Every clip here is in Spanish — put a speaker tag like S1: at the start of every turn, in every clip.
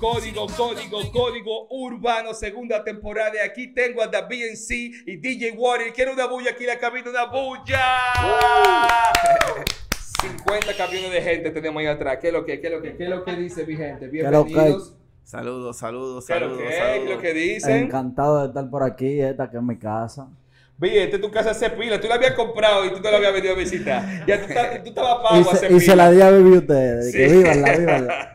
S1: Código, código, código urbano, segunda temporada. Y Aquí tengo a The BNC y DJ Warrior. Quiero una bulla aquí, en la cabina, una bulla.
S2: Uh.
S1: 50 camiones de gente tenemos ahí atrás. ¿Qué es lo que, qué es lo que, qué es lo que dice mi gente?
S2: es lo que?
S1: Bienvenidos.
S3: Saludos, saludos,
S1: ¿Qué es lo que,
S3: saludos.
S1: es? ¿Qué es
S3: saludos.
S1: lo que dicen?
S2: Encantado de estar por aquí, esta que es mi casa.
S1: Vi, esta es tu casa Cepila. Tú la habías comprado y tú te la habías venido a visitar. Ya tú, estás- tú estabas
S2: Y
S1: pago a
S2: se, y
S1: Cepila.
S2: se la di a vivir ustedes. de Que
S1: Sí.
S2: vívanla, vívanla.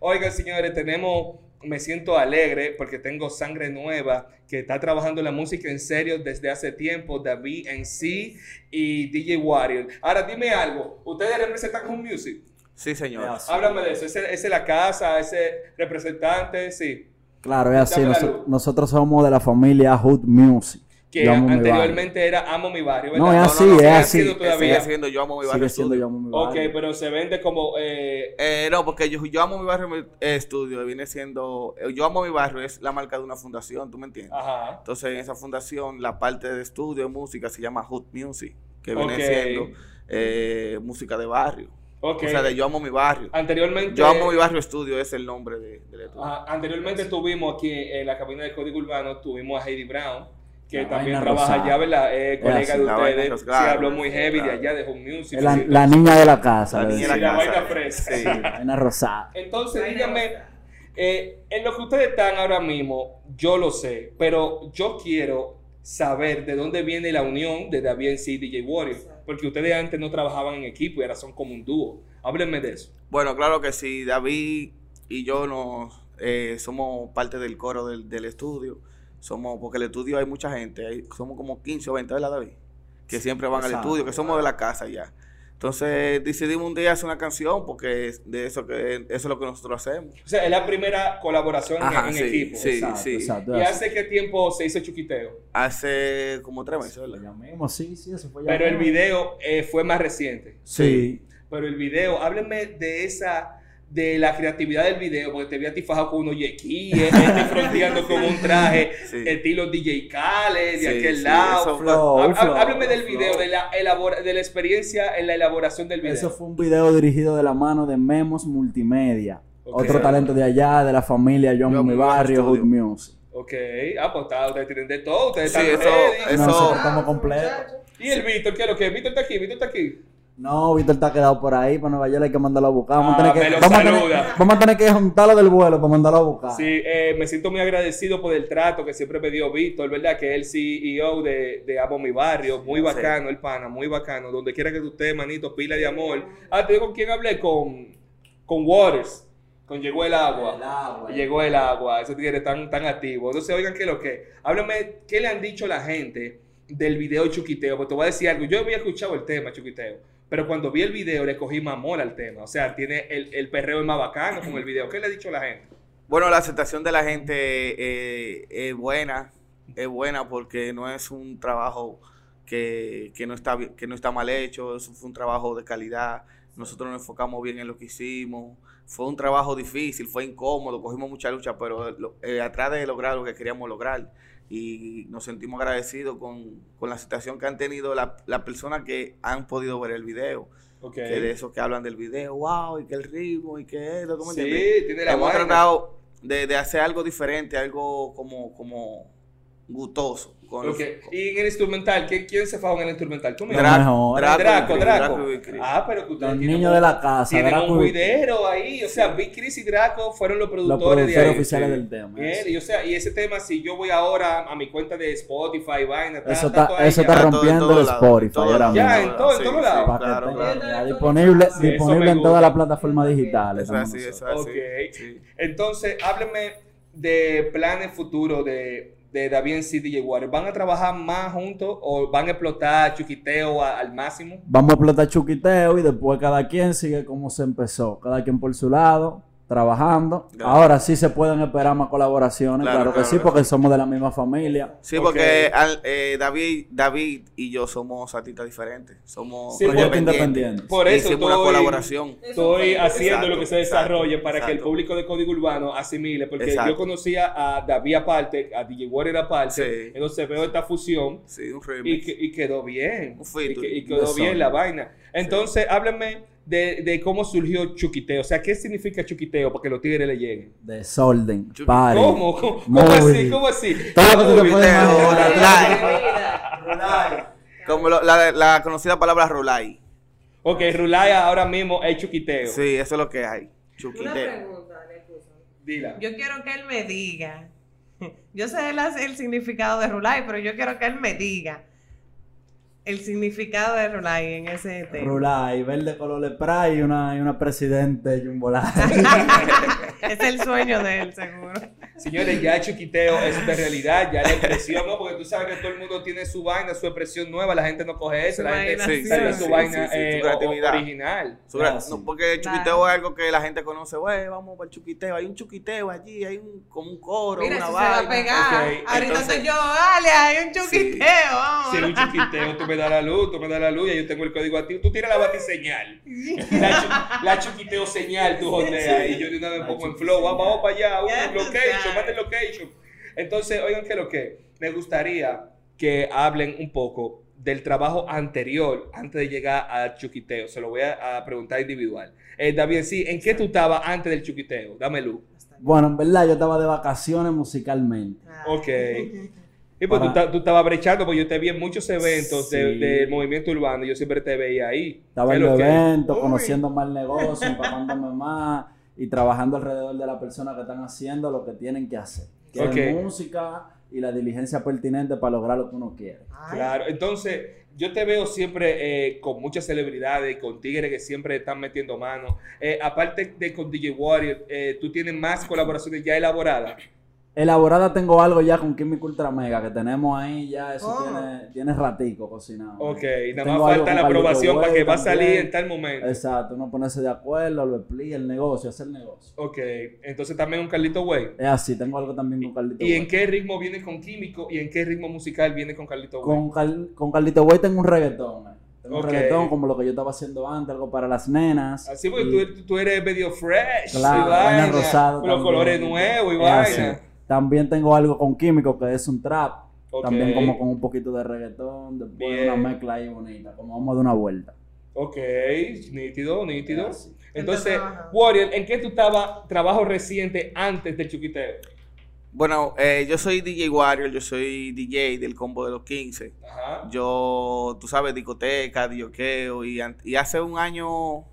S1: Oigan, señores, tenemos, me siento alegre porque tengo sangre nueva que está trabajando la música en serio desde hace tiempo, David en sí y DJ Warrior. Ahora dime algo, ustedes representan con Music.
S3: Sí, señor.
S1: Háblame de eso, ese ese es la casa, ese representante, sí.
S2: Claro, es así.
S1: Dame la
S2: noso-
S1: luz.
S2: nosotros somos de la familia Hood Music.
S1: Que
S2: Yo amo mi
S1: anteriormente era Amo Mi Barrio.
S2: No,
S1: ¿verdad?
S2: es así, es
S1: sigue
S2: así.
S1: siendo todavía.
S3: Sigue siendo yo amo mi
S2: barrio.
S3: barrio.
S2: Sigue siendo
S3: estudio.
S2: yo amo mi
S1: Ok, pues,
S2: barrio.
S1: pero se vende como... eh,
S3: Eh, no, porque yo, yo amo mi barrio eh, estudio. Viene siendo. eh, Yo amo mi barrio es la marca de una fundación, ¿tú me entiendes?
S1: ajá.
S3: Entonces, en esa fundación, la parte de estudio de música se llama Hood Music, que viene
S1: Ok.
S3: siendo eh, música de barrio.
S1: Ok.
S3: O sea, de Yo amo mi barrio.
S1: Anteriormente...
S3: Yo amo mi barrio estudio es el nombre de- del estudio.
S1: Ajá, Ah, Anteriormente estuvimos aquí en la cabina de Código Urbano, tuvimos a Heidi Brown, que
S2: La
S1: también
S2: vaina
S1: trabaja
S2: rosada.
S1: allá, ¿verdad? Eh,
S2: Es
S1: colega
S2: así,
S1: de
S3: la vaina
S1: ustedes.
S3: rosada,
S1: Se habló muy heavy
S3: claro.
S1: de allá, de Home Music.
S2: Es la,
S1: sí.
S2: la niña de la casa.
S3: La
S2: le
S3: niña de
S1: Sí,
S2: decimos.
S1: la
S3: casa.
S1: vaina fresca.
S3: Sí.
S2: Sí, la vaina rosada.
S1: Entonces, dígame, eh, en lo que ustedes están ahora mismo, yo lo sé, pero yo quiero saber de dónde viene la unión de David C y DJ Warrior, porque ustedes antes no trabajaban en equipo y ahora son como un dúo. Háblenme de eso.
S3: Bueno, claro que sí. David y yo nos, eh, somos parte del coro del, del estudio. Somos, porque el estudio hay mucha gente. hay- somos como 15 o 20, ¿verdad, David? Que siempre van al
S2: Exacto.
S3: estudio, que somos de la casa ya. Entonces decidimos un día hacer una canción porque es de eso que eso es lo que nosotros hacemos.
S1: O sea, es la primera colaboración en-
S3: Ajá,
S1: en,
S3: sí,
S1: equipo.
S3: sí,
S2: Exacto,
S3: sí.
S2: exacto,
S1: ¿Y
S2: es
S1: hace qué tiempo se hizo Chuquiteo?
S3: Hace como tres meses,
S2: así.
S3: ¿verdad?
S2: Ya mismo, sí, sí, eso fue ya
S1: Pero el
S2: mismo.
S1: video eh, fue más reciente.
S2: Sí.
S1: Pero el video, háblenme de esa, de la creatividad del video, porque te vi a ti fajado con unos yequí, eh, este fronteando con un traje,
S3: Sí.
S1: estilo DJ Kale, de
S3: Sí,
S1: aquel
S3: sí,
S1: lado.
S3: eso-
S2: Flow,
S1: Há-
S2: flow,
S1: há- Háblenme del
S2: flow.
S1: video, de la, elabora- de la experiencia en la elaboración del video.
S2: Eso fue un video dirigido de la mano de Memos Multimedia.
S1: Ok.
S2: Otro talento de allá, de la familia Yo
S3: Yo
S2: Amo Mi
S3: Amo Mi
S2: Barrio, Hood
S3: Estudio.
S2: Music.
S1: Ok, ah, pues está, ustedes tienen de todo, ustedes
S3: Sí,
S1: están
S3: eso-
S1: ready.
S3: Eso-
S2: Nosotros estamos completos.
S1: Y el Víctor, ¿qué es lo que es? Víctor está aquí, Víctor está aquí.
S2: No, Víctor está quedado por ahí, para Nueva York hay que mandarlo a buscar.
S1: Ah,
S2: Vamos, a, tener
S1: me
S2: que,
S1: lo
S2: vamos, a tener,
S1: saluda.
S2: vamos a tener que juntarlo del vuelo para mandarlo a buscar.
S1: Sí, eh, me siento muy agradecido por el trato que siempre me dio Víctor, ¿verdad? Que es el CEO de, de Amo Mi Barrio. Muy
S3: Sí.
S1: bacano el pana, muy bacano. Donde quiera que tú estés, manito, pila de amor. Ah, te digo con quién hablé, con, con Waters. Con Llegó el Agua.
S2: El agua. eh.
S1: Llegó el Agua. Esos tigres tan, tan activos. Entonces, oigan, ¿qué es lo que? Háblame, ¿qué le han dicho la gente del video Chuquiteo? Porque te voy a decir algo. Yo había escuchado el tema Chuquiteo. Pero cuando vi el video le cogí más amor al tema. O sea, tiene el, el perreo es más bacano con el video. ¿Qué le ha dicho la gente?
S3: Bueno, la aceptación de la gente eh, es buena, es buena porque no es un trabajo que, que no está, bien- que no está mal hecho, es- fue un trabajo de calidad, nosotros nos enfocamos bien en lo que hicimos, fue un trabajo difícil, fue incómodo, cogimos mucha lucha, pero lo- eh, atrás de lograr lo que queríamos lograr y nos sentimos agradecidos con, con la aceptación que han tenido las la personas que han podido ver el video,
S1: Ok.
S3: que de esos que hablan del video, wow, y que el ritmo, y que esto, ¿cómo
S1: Sí,
S3: entiendes?
S1: tiene la
S3: hemos
S1: vaina.
S3: tratado de, de hacer algo diferente, algo como, como gustoso. Con los-
S1: Ok, Y en el instrumental, ¿quién, quién se fajó en el instrumental? Tú mismo.
S2: Dra-
S3: Draco,
S2: mejor.
S3: Draco,
S1: Draco,
S3: y Chris,
S1: Draco.
S3: Draco y Chris.
S1: Ah, pero que ustedes
S2: Los
S1: tienen
S2: niños
S1: un-
S2: de la casa,
S1: Tienen
S2: Draco
S1: un
S2: y-
S1: video ahí. O sea, Big Chris y Draco fueron los
S2: Los
S1: productores,
S2: productores
S1: de ahí.
S2: oficiales
S3: sí.
S2: del tema.
S1: Bien,
S2: eso.
S1: y, o sea, y ese tema, si yo voy ahora a mi cuenta de Spotify, vaina,
S2: Eso
S1: está,
S2: está-
S1: todo ahí
S2: eso
S1: ya.
S2: está
S3: Está Ah, todo en
S2: rompiendo
S3: todo
S2: el
S3: lado,
S2: Spotify
S3: todo
S2: ahora
S3: lado,
S1: mismo. Ya, en
S3: lado,
S1: todo- en
S3: sí,
S1: todo
S3: sí,
S1: lado.
S2: Para que
S3: claro,
S2: tenga-
S3: claro.
S2: ya disponible,
S1: Sí, eso me
S2: disponible en
S1: gusta.
S2: todas las plataformas digitales.
S3: Eso es
S2: estamos
S3: así, eso
S2: nosotros.
S3: es así.
S1: Ok.
S3: sí.
S1: Entonces, háblenme de planes futuros de, de David en sí, DJ Water. ¿Van a trabajar más juntos o van a explotar chuquiteo a- al máximo?
S2: Vamos a explotar chuquiteo y después cada quien sigue como se empezó. Cada quien por su lado, trabajando.
S3: Claro.
S2: Ahora sí se pueden esperar más colaboraciones, claro,
S3: Claro,
S2: que
S3: claro,
S2: sí,
S3: claro.
S2: porque somos de la misma familia.
S3: Sí,
S1: Ok.
S3: porque al- eh, David, David y yo somos artistas diferentes, somos
S1: Sí,
S2: Proyecto
S1: porque-
S2: independiente.
S1: Por
S3: E
S1: eso
S3: hicimos una
S1: estoy-
S3: colaboración.
S1: Estoy haciendo
S3: Exacto,
S1: lo que se
S3: exacto,
S1: desarrolle para que el
S3: exacto.
S1: público de Código Urbano asimile, porque
S3: Exacto.
S1: yo conocía a David aparte, a DJ Warrior aparte,
S3: Sí.
S1: entonces veo esta fusión
S3: Sí, un
S1: y,
S3: remix.
S1: que- y quedó bien,
S3: Un
S1: y,
S3: featuring,
S1: que- y
S2: un
S1: quedó
S2: sonido.
S1: bien la vaina. Entonces, háblenme de, de cómo surgió Chuquiteo. O sea, ¿qué significa Chuquiteo para que los tigres le lleguen?
S2: Desorden,
S3: Chuqui-
S2: party.
S1: ¿Cómo? ¿Cómo, cómo así?
S2: Móvil.
S1: ¿Cómo así?
S2: Todo lo que tú te
S1: Móvil,
S2: puedes
S1: teo,
S2: imaginar.
S1: la- la-
S3: Como lo- la, la conocida palabra rulay.
S1: Ok, Rulaya ahora mismo es Chuquiteo.
S3: Sí, eso es lo que hay.
S4: Una
S3: Chuquiteo.
S4: pregunta, Necuso.
S1: Dila.
S4: Yo quiero que él me diga. Yo sé el, el significado de Rulay, pero yo quiero que él me diga el significado de Rulay en ese tema.
S2: Rulay, verde color spray y una, y una presidente yumbolada.
S4: Es el sueño de él, seguro.
S1: Señores, ya Chuquiteo es una realidad, ya la expresión, ¿no? Porque tú sabes que todo el mundo tiene su vaina, su expresión nueva, la gente no coge eso,
S4: Su
S1: la gente
S4: vaina,
S1: sí,
S4: sí,
S1: sale
S4: sí,
S1: su
S4: sí,
S1: vaina
S3: sí, sí,
S1: eh,
S3: su
S1: o- o-
S3: creatividad.
S1: original.
S3: Sobre-
S2: Ah, sí.
S3: no, porque el chuquiteo es algo que la gente conoce, güey, vamos para el chuquiteo, hay un chuquiteo allí, hay un, como un coro,
S4: Mira,
S3: una
S4: eso se va a
S3: vaina.
S4: pegar.
S1: ok,
S4: Ahorita
S1: entonces-
S4: soy yo, dale, hay un chuquiteo,
S3: Sí.
S4: vamos.
S1: Si es un chuquiteo, tú me das la luz, tú me das la luz, ya yo tengo el código a ti, tú tienes la batiseñal. La, chu- la chuquiteo señal, tú jondeas, y yo de una vez
S2: La
S1: pongo en
S2: chuqui
S1: flow,
S2: señal.
S1: vamos, vamos para allá,
S4: Ya
S1: uh,
S4: tú
S1: location,
S4: sabes.
S1: mate location. Entonces, oigan que lo que, me gustaría que hablen un poco del trabajo anterior, antes de llegar al chuquiteo, se lo voy a, a preguntar individual. Eh, David, sí, ¿en qué tú estabas antes del chuquiteo? Dame luz.
S2: Bueno, en verdad yo estaba de vacaciones musicalmente.
S4: Ah.
S1: Ok. Y pues tú,
S2: Para-
S1: ta- tú estabas brechando, porque yo te vi en muchos eventos de-
S2: Sí.
S1: del movimiento urbano, yo siempre te veía ahí.
S2: Estaba
S1: ¿Qué
S2: en
S1: es lo
S2: los
S1: que?
S2: eventos,
S1: Uy.
S2: conociendo más el negocio, empapándome más y trabajando alrededor de la persona que están haciendo lo que tienen que hacer. Que es
S1: Ok.
S2: música y la diligencia pertinente para lograr lo que uno quiere.
S4: Ay,
S1: Claro, entonces yo te veo siempre eh, con muchas celebridades, con tigres que siempre están metiendo mano. Eh, aparte de con DJ Warrior, eh, tú tienes más colaboraciones ya elaboradas.
S2: Elaborada tengo algo ya con Química Ultra Mega que tenemos ahí, ya eso
S4: Oh.
S2: tiene, tiene ratico cocinado.
S1: Ok, y nada
S2: Tengo
S1: más
S2: algo
S1: falta
S2: con
S1: la
S2: Carlito
S1: aprobación para que
S2: Way
S1: va a salir
S2: también.
S1: en tal momento.
S2: Exacto, uno ponerse de acuerdo, lo explica, el negocio, hacer el negocio.
S1: Ok, entonces también un Carlito Way.
S2: Es así, tengo algo también con Carlito
S1: ¿Y
S2: Way.
S1: en qué ritmo viene con Químico y en qué ritmo musical viene con Carlito Way?
S2: Con, Cal- con Carlito Way tengo un reggaetón. eh. Tengo
S1: Ok.
S2: un reggaetón como lo que yo estaba haciendo antes, algo para las nenas.
S1: Así porque
S2: Y-
S1: tú, tú eres medio fresh,
S2: Claro,
S1: y
S2: vaina
S1: vaina,
S2: rosada
S1: los
S2: también. Ah,
S1: colores nuevos y
S2: Es
S1: vaina.
S2: así. También tengo algo con químico que es un trap.
S1: Ok,
S2: También como con un poquito de reggaetón, después
S1: Bien.
S2: una mezcla ahí bonita, como vamos de una vuelta.
S1: ok, nítido, nítido.
S2: Es así.
S1: Entonces,
S4: Ajá.
S1: Warrior, ¿en qué tú estabas trabajo reciente antes del Chuquiteo?
S3: Bueno, eh, yo soy DJ Warrior, yo soy DJ del combo de los 15.
S1: Ajá.
S3: Yo, tú sabes, discoteca, dioqueo, y, an- y hace un año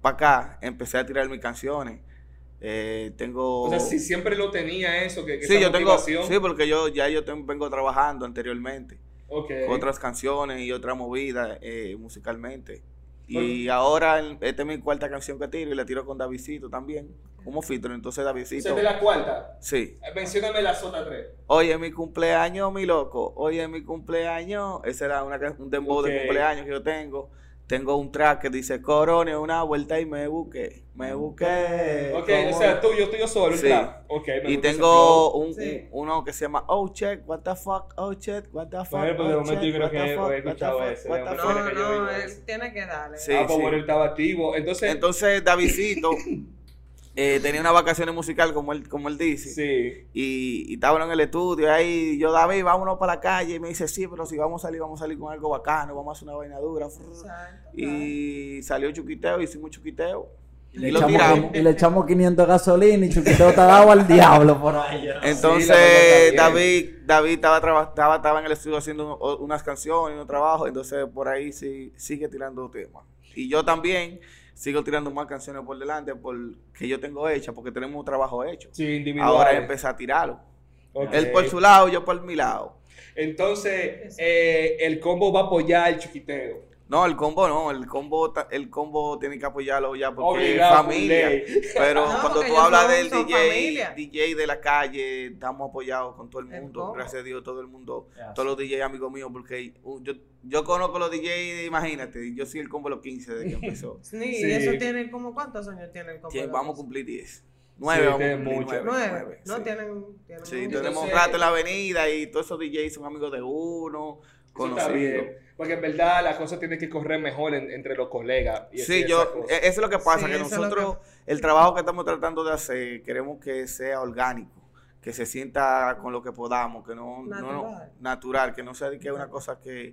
S3: para acá empecé a tirar mis canciones. Eh, tengo...
S1: O sea, si siempre lo tenía eso, que, que
S3: Sí,
S1: esa
S3: yo tengo,
S1: motivación.
S3: sí, porque yo ya yo ten- vengo trabajando anteriormente
S1: Ok.
S3: con otras canciones y otra movida eh, musicalmente. Y ahora el- esta es mi cuarta canción que tiro y la tiro con Davidcito también, como filtro. Entonces
S1: O
S3: Davidcito,
S1: sea, de la cuarta.
S3: sí.
S1: Eh, Mencióname la sota 3.
S3: Hoy es mi cumpleaños, mi loco. Hoy es mi cumpleaños. Ese era una, ca- un dembow
S1: Ok.
S3: de cumpleaños que yo tengo. Tengo un track que dice Corone, una vuelta y me busqué. Me busqué.
S1: Ok, o
S3: como-
S1: sea, tú, yo estoy yo solo,
S3: Eh, Sí.
S1: ¿verdad? Ok, me
S3: Y
S1: gusta ese
S3: tengo
S1: flow.
S3: un,
S4: Sí.
S3: un- uno que se llama Oh Check, what the fuck, Oh Check, what the fuck.
S1: Bueno, pues, de
S3: oh,
S1: momento
S3: check,
S1: yo creo
S3: what the
S1: que
S3: fuck,
S1: he escuchado
S3: what the
S1: ese,
S3: fuck, what
S1: de
S3: the
S1: momento.
S3: fuck.
S4: No,
S1: que yo digo
S4: no,
S1: eso.
S4: él tiene que darle.
S3: Sí.
S1: Ah, pues Warrior estaba activo. Entonces,
S3: Entonces, Davidcito eh, tenía una vacaciones musical, como él, como él dice.
S1: sí.
S3: Y, y estábamos en el estudio ahí. y yo, David, vámonos para la calle. Y me dice, sí, pero si vamos a salir, vamos a salir con algo bacano, vamos a hacer una vaina dura.
S4: Exacto,
S3: Y salió chuquiteo, hicimos chuquiteo.
S2: Y le,
S3: Y lo
S2: echamos,
S3: tiramos.
S2: y le echamos 500 de gasolina y Chuquiteo está dado al diablo por ahí.
S1: Sí, la pelota
S3: Entonces,
S1: bien.
S3: David, David estaba, traba- estaba, estaba en el estudio haciendo u- unas canciones, un trabajo, entonces por ahí sí, sigue tirando temas. Y yo también sigo tirando más canciones por delante por, que yo tengo hechas, porque tenemos un trabajo hecho.
S1: Sí, individual.
S3: Ahora empecé a tirarlo.
S1: Ok.
S3: Él por su lado, yo por mi lado.
S1: Entonces, eh, el combo va a apoyar el chiquiteo.
S3: No, el combo no, el combo, ta- el combo tiene que apoyarlo ya porque es
S1: Obligado, por
S3: familia.
S1: ley.
S3: Pero
S4: No,
S3: cuando
S4: porque
S3: tú
S4: ellos
S3: hablas
S4: son-
S3: del
S4: son
S3: DJ,
S4: familia.
S3: DJ de la calle, estamos apoyados con todo el
S4: El
S3: mundo.
S4: combo.
S3: gracias a Dios, todo el mundo,
S2: Ya,
S3: todos los DJ amigos míos, porque uh, yo, yo conozco los DJ, imagínate, yo soy el combo de los 15 desde que empezó.
S4: Sí, y
S1: Sí.
S4: eso tiene como cuántos años tiene el combo.
S3: Tien-
S4: de
S3: vamos a
S4: los-
S3: cumplir 10. 9 vamos a
S1: tiene
S3: cumplir
S1: mucho.
S3: nueve,
S4: nueve.
S3: nueve,
S4: No
S3: sí.
S4: tienen. tienen
S3: Sí,
S4: mucho.
S3: tenemos
S1: Entonces-
S3: rato en la avenida y todos esos DJs son amigos de uno,
S1: Eso está
S3: conocidos.
S1: bien, Porque en verdad la cosa tiene que correr mejor en- entre los colegas. y
S3: Sí,
S1: esa
S3: yo,
S1: cosa.
S3: e- eso es lo que pasa,
S4: Sí,
S3: que
S4: eso es lo
S3: nosotros, el trabajo que estamos tratando de hacer, queremos que sea orgánico, que se sienta con lo que podamos, que no, no-
S4: Natural.
S3: natural, que no sea de que una cosa que,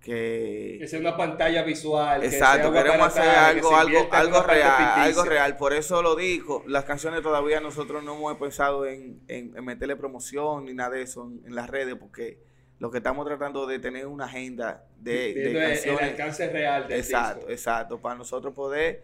S3: que...
S1: Que sea una pantalla visual.
S3: Exacto,
S1: que sea
S3: queremos hacer
S1: barata, que
S3: algo,
S1: se
S3: algo,
S1: invierta en
S3: algo
S1: una parte
S3: real, algo
S1: ficticia.
S3: real. Por eso lo digo, las canciones todavía nosotros no hemos pensado en, en- en meterle promoción ni nada de eso en, en las redes, porque lo que estamos tratando de tener una agenda eh, de, de
S1: Viendo el- el
S3: canciones.
S1: alcance real del
S3: Exacto,
S1: disco.
S3: exacto, para nosotros poder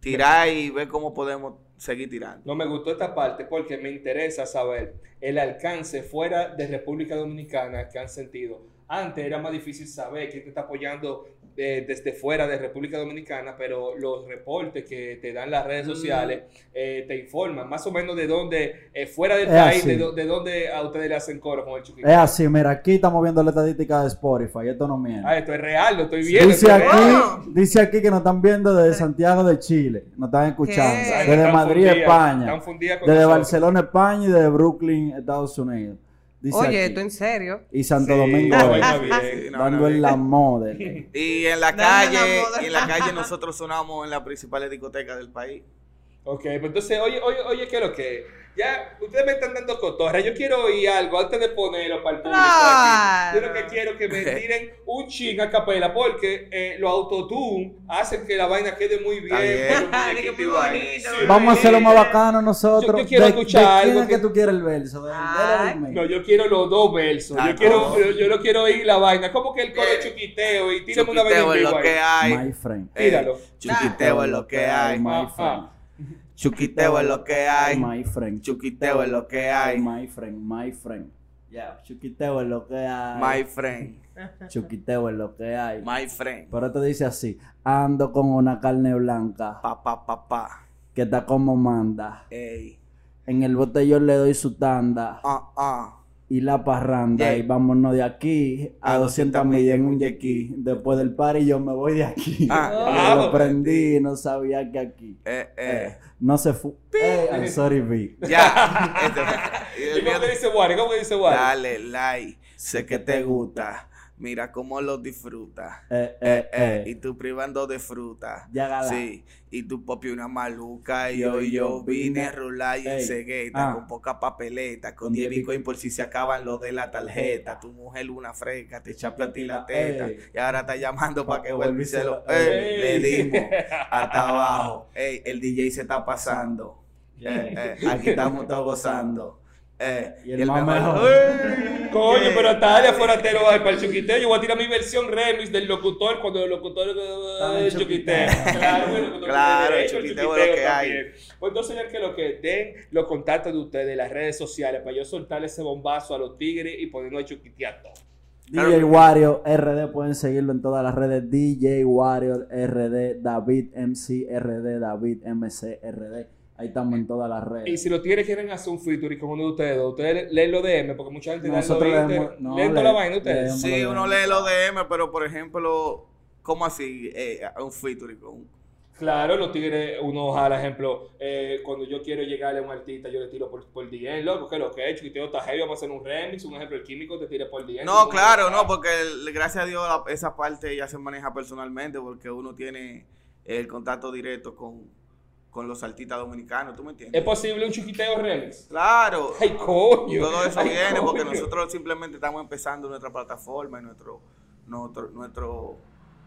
S3: tirar y ver cómo podemos seguir tirando.
S1: No me gustó esta parte porque me interesa saber el alcance fuera de República Dominicana que han sentido. Antes era más difícil saber quién te está apoyando eh, desde fuera de República Dominicana, pero los reportes que te dan las redes
S3: Mm.
S1: sociales eh, te informan más o menos de dónde, eh, fuera del
S2: Es
S1: país,
S2: así. Eh.
S1: de, do- de dónde a ustedes le hacen coro con el chuquito.
S2: Es así, mira, aquí estamos viendo la estadística de Spotify, esto no miente.
S1: Ah, esto es real, lo estoy viendo.
S2: Dice
S1: esto es real.
S2: aquí, dice aquí que nos están viendo desde Santiago de Chile, nos están escuchando,
S1: O sea, que
S2: desde
S1: Eh, están
S2: Madrid,
S1: fundidas,
S2: España,
S1: están fundidas con
S2: desde
S1: nosotros.
S2: Barcelona, España y desde Brooklyn, Estados Unidos. Dice
S4: Oye,
S2: aquí.
S4: ¿esto en serio?
S2: y Santo
S3: Sí,
S2: Domingo,
S1: no,
S2: Oeste,
S1: venga bien.
S3: Sí, no,
S2: dando
S3: no,
S2: el
S3: bien.
S2: la model.
S3: Y en la
S4: No, no, no,
S3: calle,
S4: no, no.
S3: y en la calle nosotros sonamos en las principales discotecas del país.
S1: Ok, pues entonces, oye, oye, oye, ¿qué es lo que? Ya, ustedes me están dando cotorra. Yo quiero oír algo antes de ponerlo para el público. aquí. Yo lo que
S4: Claro.
S1: quiero es que me tiren un ching a capela porque eh, los autotune hacen que la vaina quede muy bien.
S3: Está bien.
S1: con los
S4: Ay, qué
S1: muñequitos y vaina.
S4: bonito.
S1: Sí.
S2: Vamos a hacerlo más bacano
S1: Yo-
S2: nosotros.
S1: yo quiero
S2: ¿De-
S1: escuchar
S2: ¿De quién
S1: algo
S2: es que
S1: que-
S2: tú quieres el verso? ¿Del-
S4: Ay.
S2: del
S1: No,
S2: Almeida?
S1: yo quiero los dos versos.
S3: Ah,
S1: yo, quiero,
S3: no.
S1: yo, yo no quiero oír la vaina. Como que el coro
S3: Eh,
S1: chuquiteo y tírame una vaina en
S3: Chuquiteo es
S1: vivo
S3: lo
S1: ahí.
S3: que hay.
S2: My friend.
S3: Eh,
S1: Tíralo.
S3: Chuquiteo es lo que hay.
S2: My
S1: Ah,
S2: friend.
S3: Chuquiteo es lo que hay.
S2: My friend.
S3: Chuquiteo es lo que hay.
S2: My friend, my friend. Yeah, chuquiteo es lo que hay.
S3: My friend,
S2: Chuquiteo es lo que hay.
S3: my friend.
S2: Pero te dice así, ando con una carne blanca
S3: Pa, pa, pa, pa.
S2: que está como manda.
S3: Ey.
S2: En el botellón le doy su tanda
S3: Ah, ah.
S2: y la parranda.
S3: Yeah.
S2: Y vámonos de aquí a
S3: A
S2: 200
S3: 200
S2: millas en un
S3: millas en un
S2: yequi. Después del party yo me voy de aquí.
S3: Ah,
S2: Yo
S1: vamos.
S2: lo prendí y no sabía que aquí.
S3: Eh, eh.
S2: Eh, no se fue. Eh, I'm sorry, B.
S3: Ya. Este fue- y el
S1: ¿Y cómo
S3: mío-
S1: que dice Wari? ¿Cómo que dice Wari?
S3: Dale like. Sé que te gusta. Mira cómo lo disfrutas.
S2: Eh,
S3: Eh,
S2: eh,
S3: eh. Y
S2: eh.
S3: tú privando de fruta.
S2: Ya gala.
S3: Sí, y tu papi una maluca y
S2: Yo-
S3: hoy
S2: yo
S3: yo vine
S2: vine-
S3: a rular y en
S2: Ey,
S3: cegueta,
S2: ah.
S3: con poca papeleta, con
S2: Con
S3: 10
S2: diez
S3: bitcoin por si se acaban los de la tarjeta, tu mujer una fresca, te echaste a ti la teta,
S2: Ey.
S3: y ahora está llamando para
S2: Pa'
S3: que
S2: que
S3: vuelva y
S2: vuelva y
S3: se
S2: se
S3: lo...
S2: lo-
S3: Ey,
S1: Ey.
S3: Le dimos, hasta abajo, Ey, el DJ se está pasando, Eh, eh, aquí estamos todos gozando. Eh,
S2: Y el más mejor.
S3: Ey,
S1: Coño,
S3: ey.
S1: pero hasta Ale afuera te lo hay para el chuquiteo. Yo voy a tirar mi versión remix del locutor cuando el locutor
S2: Estaba en
S1: el chuquiteo.
S2: chuquiteo.
S1: Claro, el locutor
S3: Claro,
S1: tiene
S3: el
S1: derecho al
S3: chuquiteo es lo que
S1: también. Pues entonces ya que lo que den los contactos de ustedes, las redes sociales, para yo soltarle ese bombazo a los tigres y ponernos a chuquitear todo.
S2: DJ Wario RD, pueden seguirlo en todas las redes. DJ Wario RD, David MC RD, David MC RD. Ahí estamos en todas las
S1: Y
S2: redes.
S1: si los tigres quieren hacer un featuring con uno de ustedes, dos, ustedes leen los DM, porque mucha gente da los
S2: Nosotros
S1: DM.
S2: leemos- no,
S1: leen toda
S2: le-
S1: la vaina ustedes.
S2: leemos.
S3: Sí, uno lee los DM, pero por ejemplo, ¿cómo así? Eh, un featuring con...
S1: Claro, los tigres, uno ojalá, ejemplo, eh, cuando yo quiero llegarle a un artista, yo le tiro por, por DM, loco, que lo que he hecho, y te está heavy, vamos a hacer un remix, un ejemplo, el químico te tire por DM.
S3: No, claro, no, porque el- gracias a Dios la- esa parte ya se maneja personalmente porque uno tiene el contacto directo con, con los artistas dominicanos, ¿tú me
S1: ¿Es
S3: entiendes?
S1: posible un chiquiteo remix?
S3: Claro,
S1: ¡Ay, coño!
S3: todo eso
S1: Ay,
S3: viene porque
S1: coño.
S3: nosotros simplemente estamos empezando nuestra plataforma y nuestro, nuestro, nuestro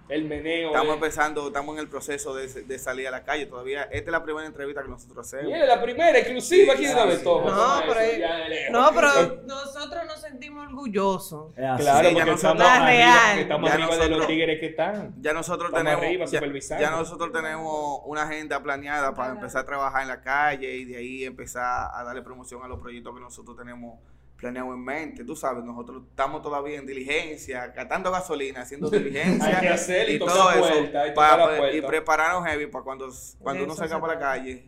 S1: El meneo.
S3: estamos
S1: eh.
S3: empezando, estamos en el proceso de, de salir a la calle todavía. Esta es la primera entrevista que nosotros hacemos.
S1: Mira, la primera, exclusiva, aquí de una
S2: Sí,
S1: vez
S2: sí.
S1: todo.
S4: No,
S1: toma
S4: pero
S1: eso,
S4: es-
S1: ya de
S3: Eh,
S1: lejos. Eh,
S4: No, pero nosotros nos sentimos orgullosos.
S2: Es así.
S1: Claro,
S3: Sí, ya
S1: porque
S3: nosotros-
S1: estamos
S4: La
S1: arriba,
S4: real.
S1: porque estamos
S3: Ya
S1: arriba de los
S3: nosotros-
S1: tigres que están.
S3: Ya nosotros
S1: Estamos
S3: tenemos
S1: arriba,
S3: ya,
S1: supervisando.
S3: ya nosotros tenemos una agenda planeada para empezar a trabajar en la calle y de ahí empezar a darle promoción a los proyectos que nosotros tenemos planeados en mente. Tú sabes, nosotros estamos todavía en diligencia, gastando gasolina, haciendo diligencia
S1: Hay que hacer y tocar puerta, y
S3: para-
S1: tocar la
S3: y
S1: puerta.
S3: prepararnos heavy para cuando, cuando
S4: De
S3: uno
S4: eso
S3: salga
S4: se
S3: para la
S4: trata.
S3: calle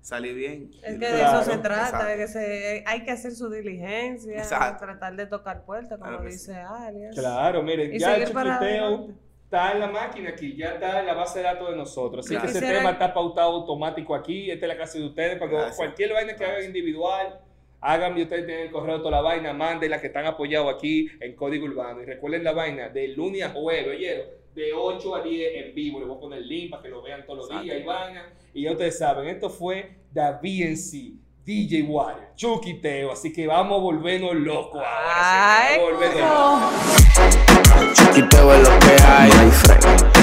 S3: salir bien.
S4: Es que de
S1: Claro,
S4: eso se trata, de
S3: Exacto.
S4: que se, hay que hacer su diligencia,
S3: Exacto.
S4: tratar de tocar puertas, como
S3: Claro que
S4: dice Arias.
S1: Claro, miren,
S4: Y
S1: ya el
S4: seguir para
S1: chiquiteo
S4: adelante.
S1: está en la máquina aquí, ya está en la base de datos de nosotros. Así
S3: Claro.
S1: que ese
S4: Quisiera-
S1: tema está pautado automático aquí. Esta es la casa de ustedes. Cuando
S3: Gracias.
S1: cualquier vaina que hagan
S3: Gracias.
S1: individual, hagan y ustedes tienen el correo toda la vaina, manden las que están apoyados aquí en Código Urbano. Y recuerden la vaina de lunes a jueves, oyeron, de 8 a 10 en vivo. Le voy a poner el link para que lo vean todos los
S3: Exacto.
S1: días y vaina. Y ya ustedes saben, esto fue David en sí. DJ Wario, Chuquiteo, así que vamos a volvernos locos ahora.
S3: Ah,
S4: Ay,
S1: señores, vamos a volvernos locos.
S4: cómo.
S3: Chiquiteo es lo que hay.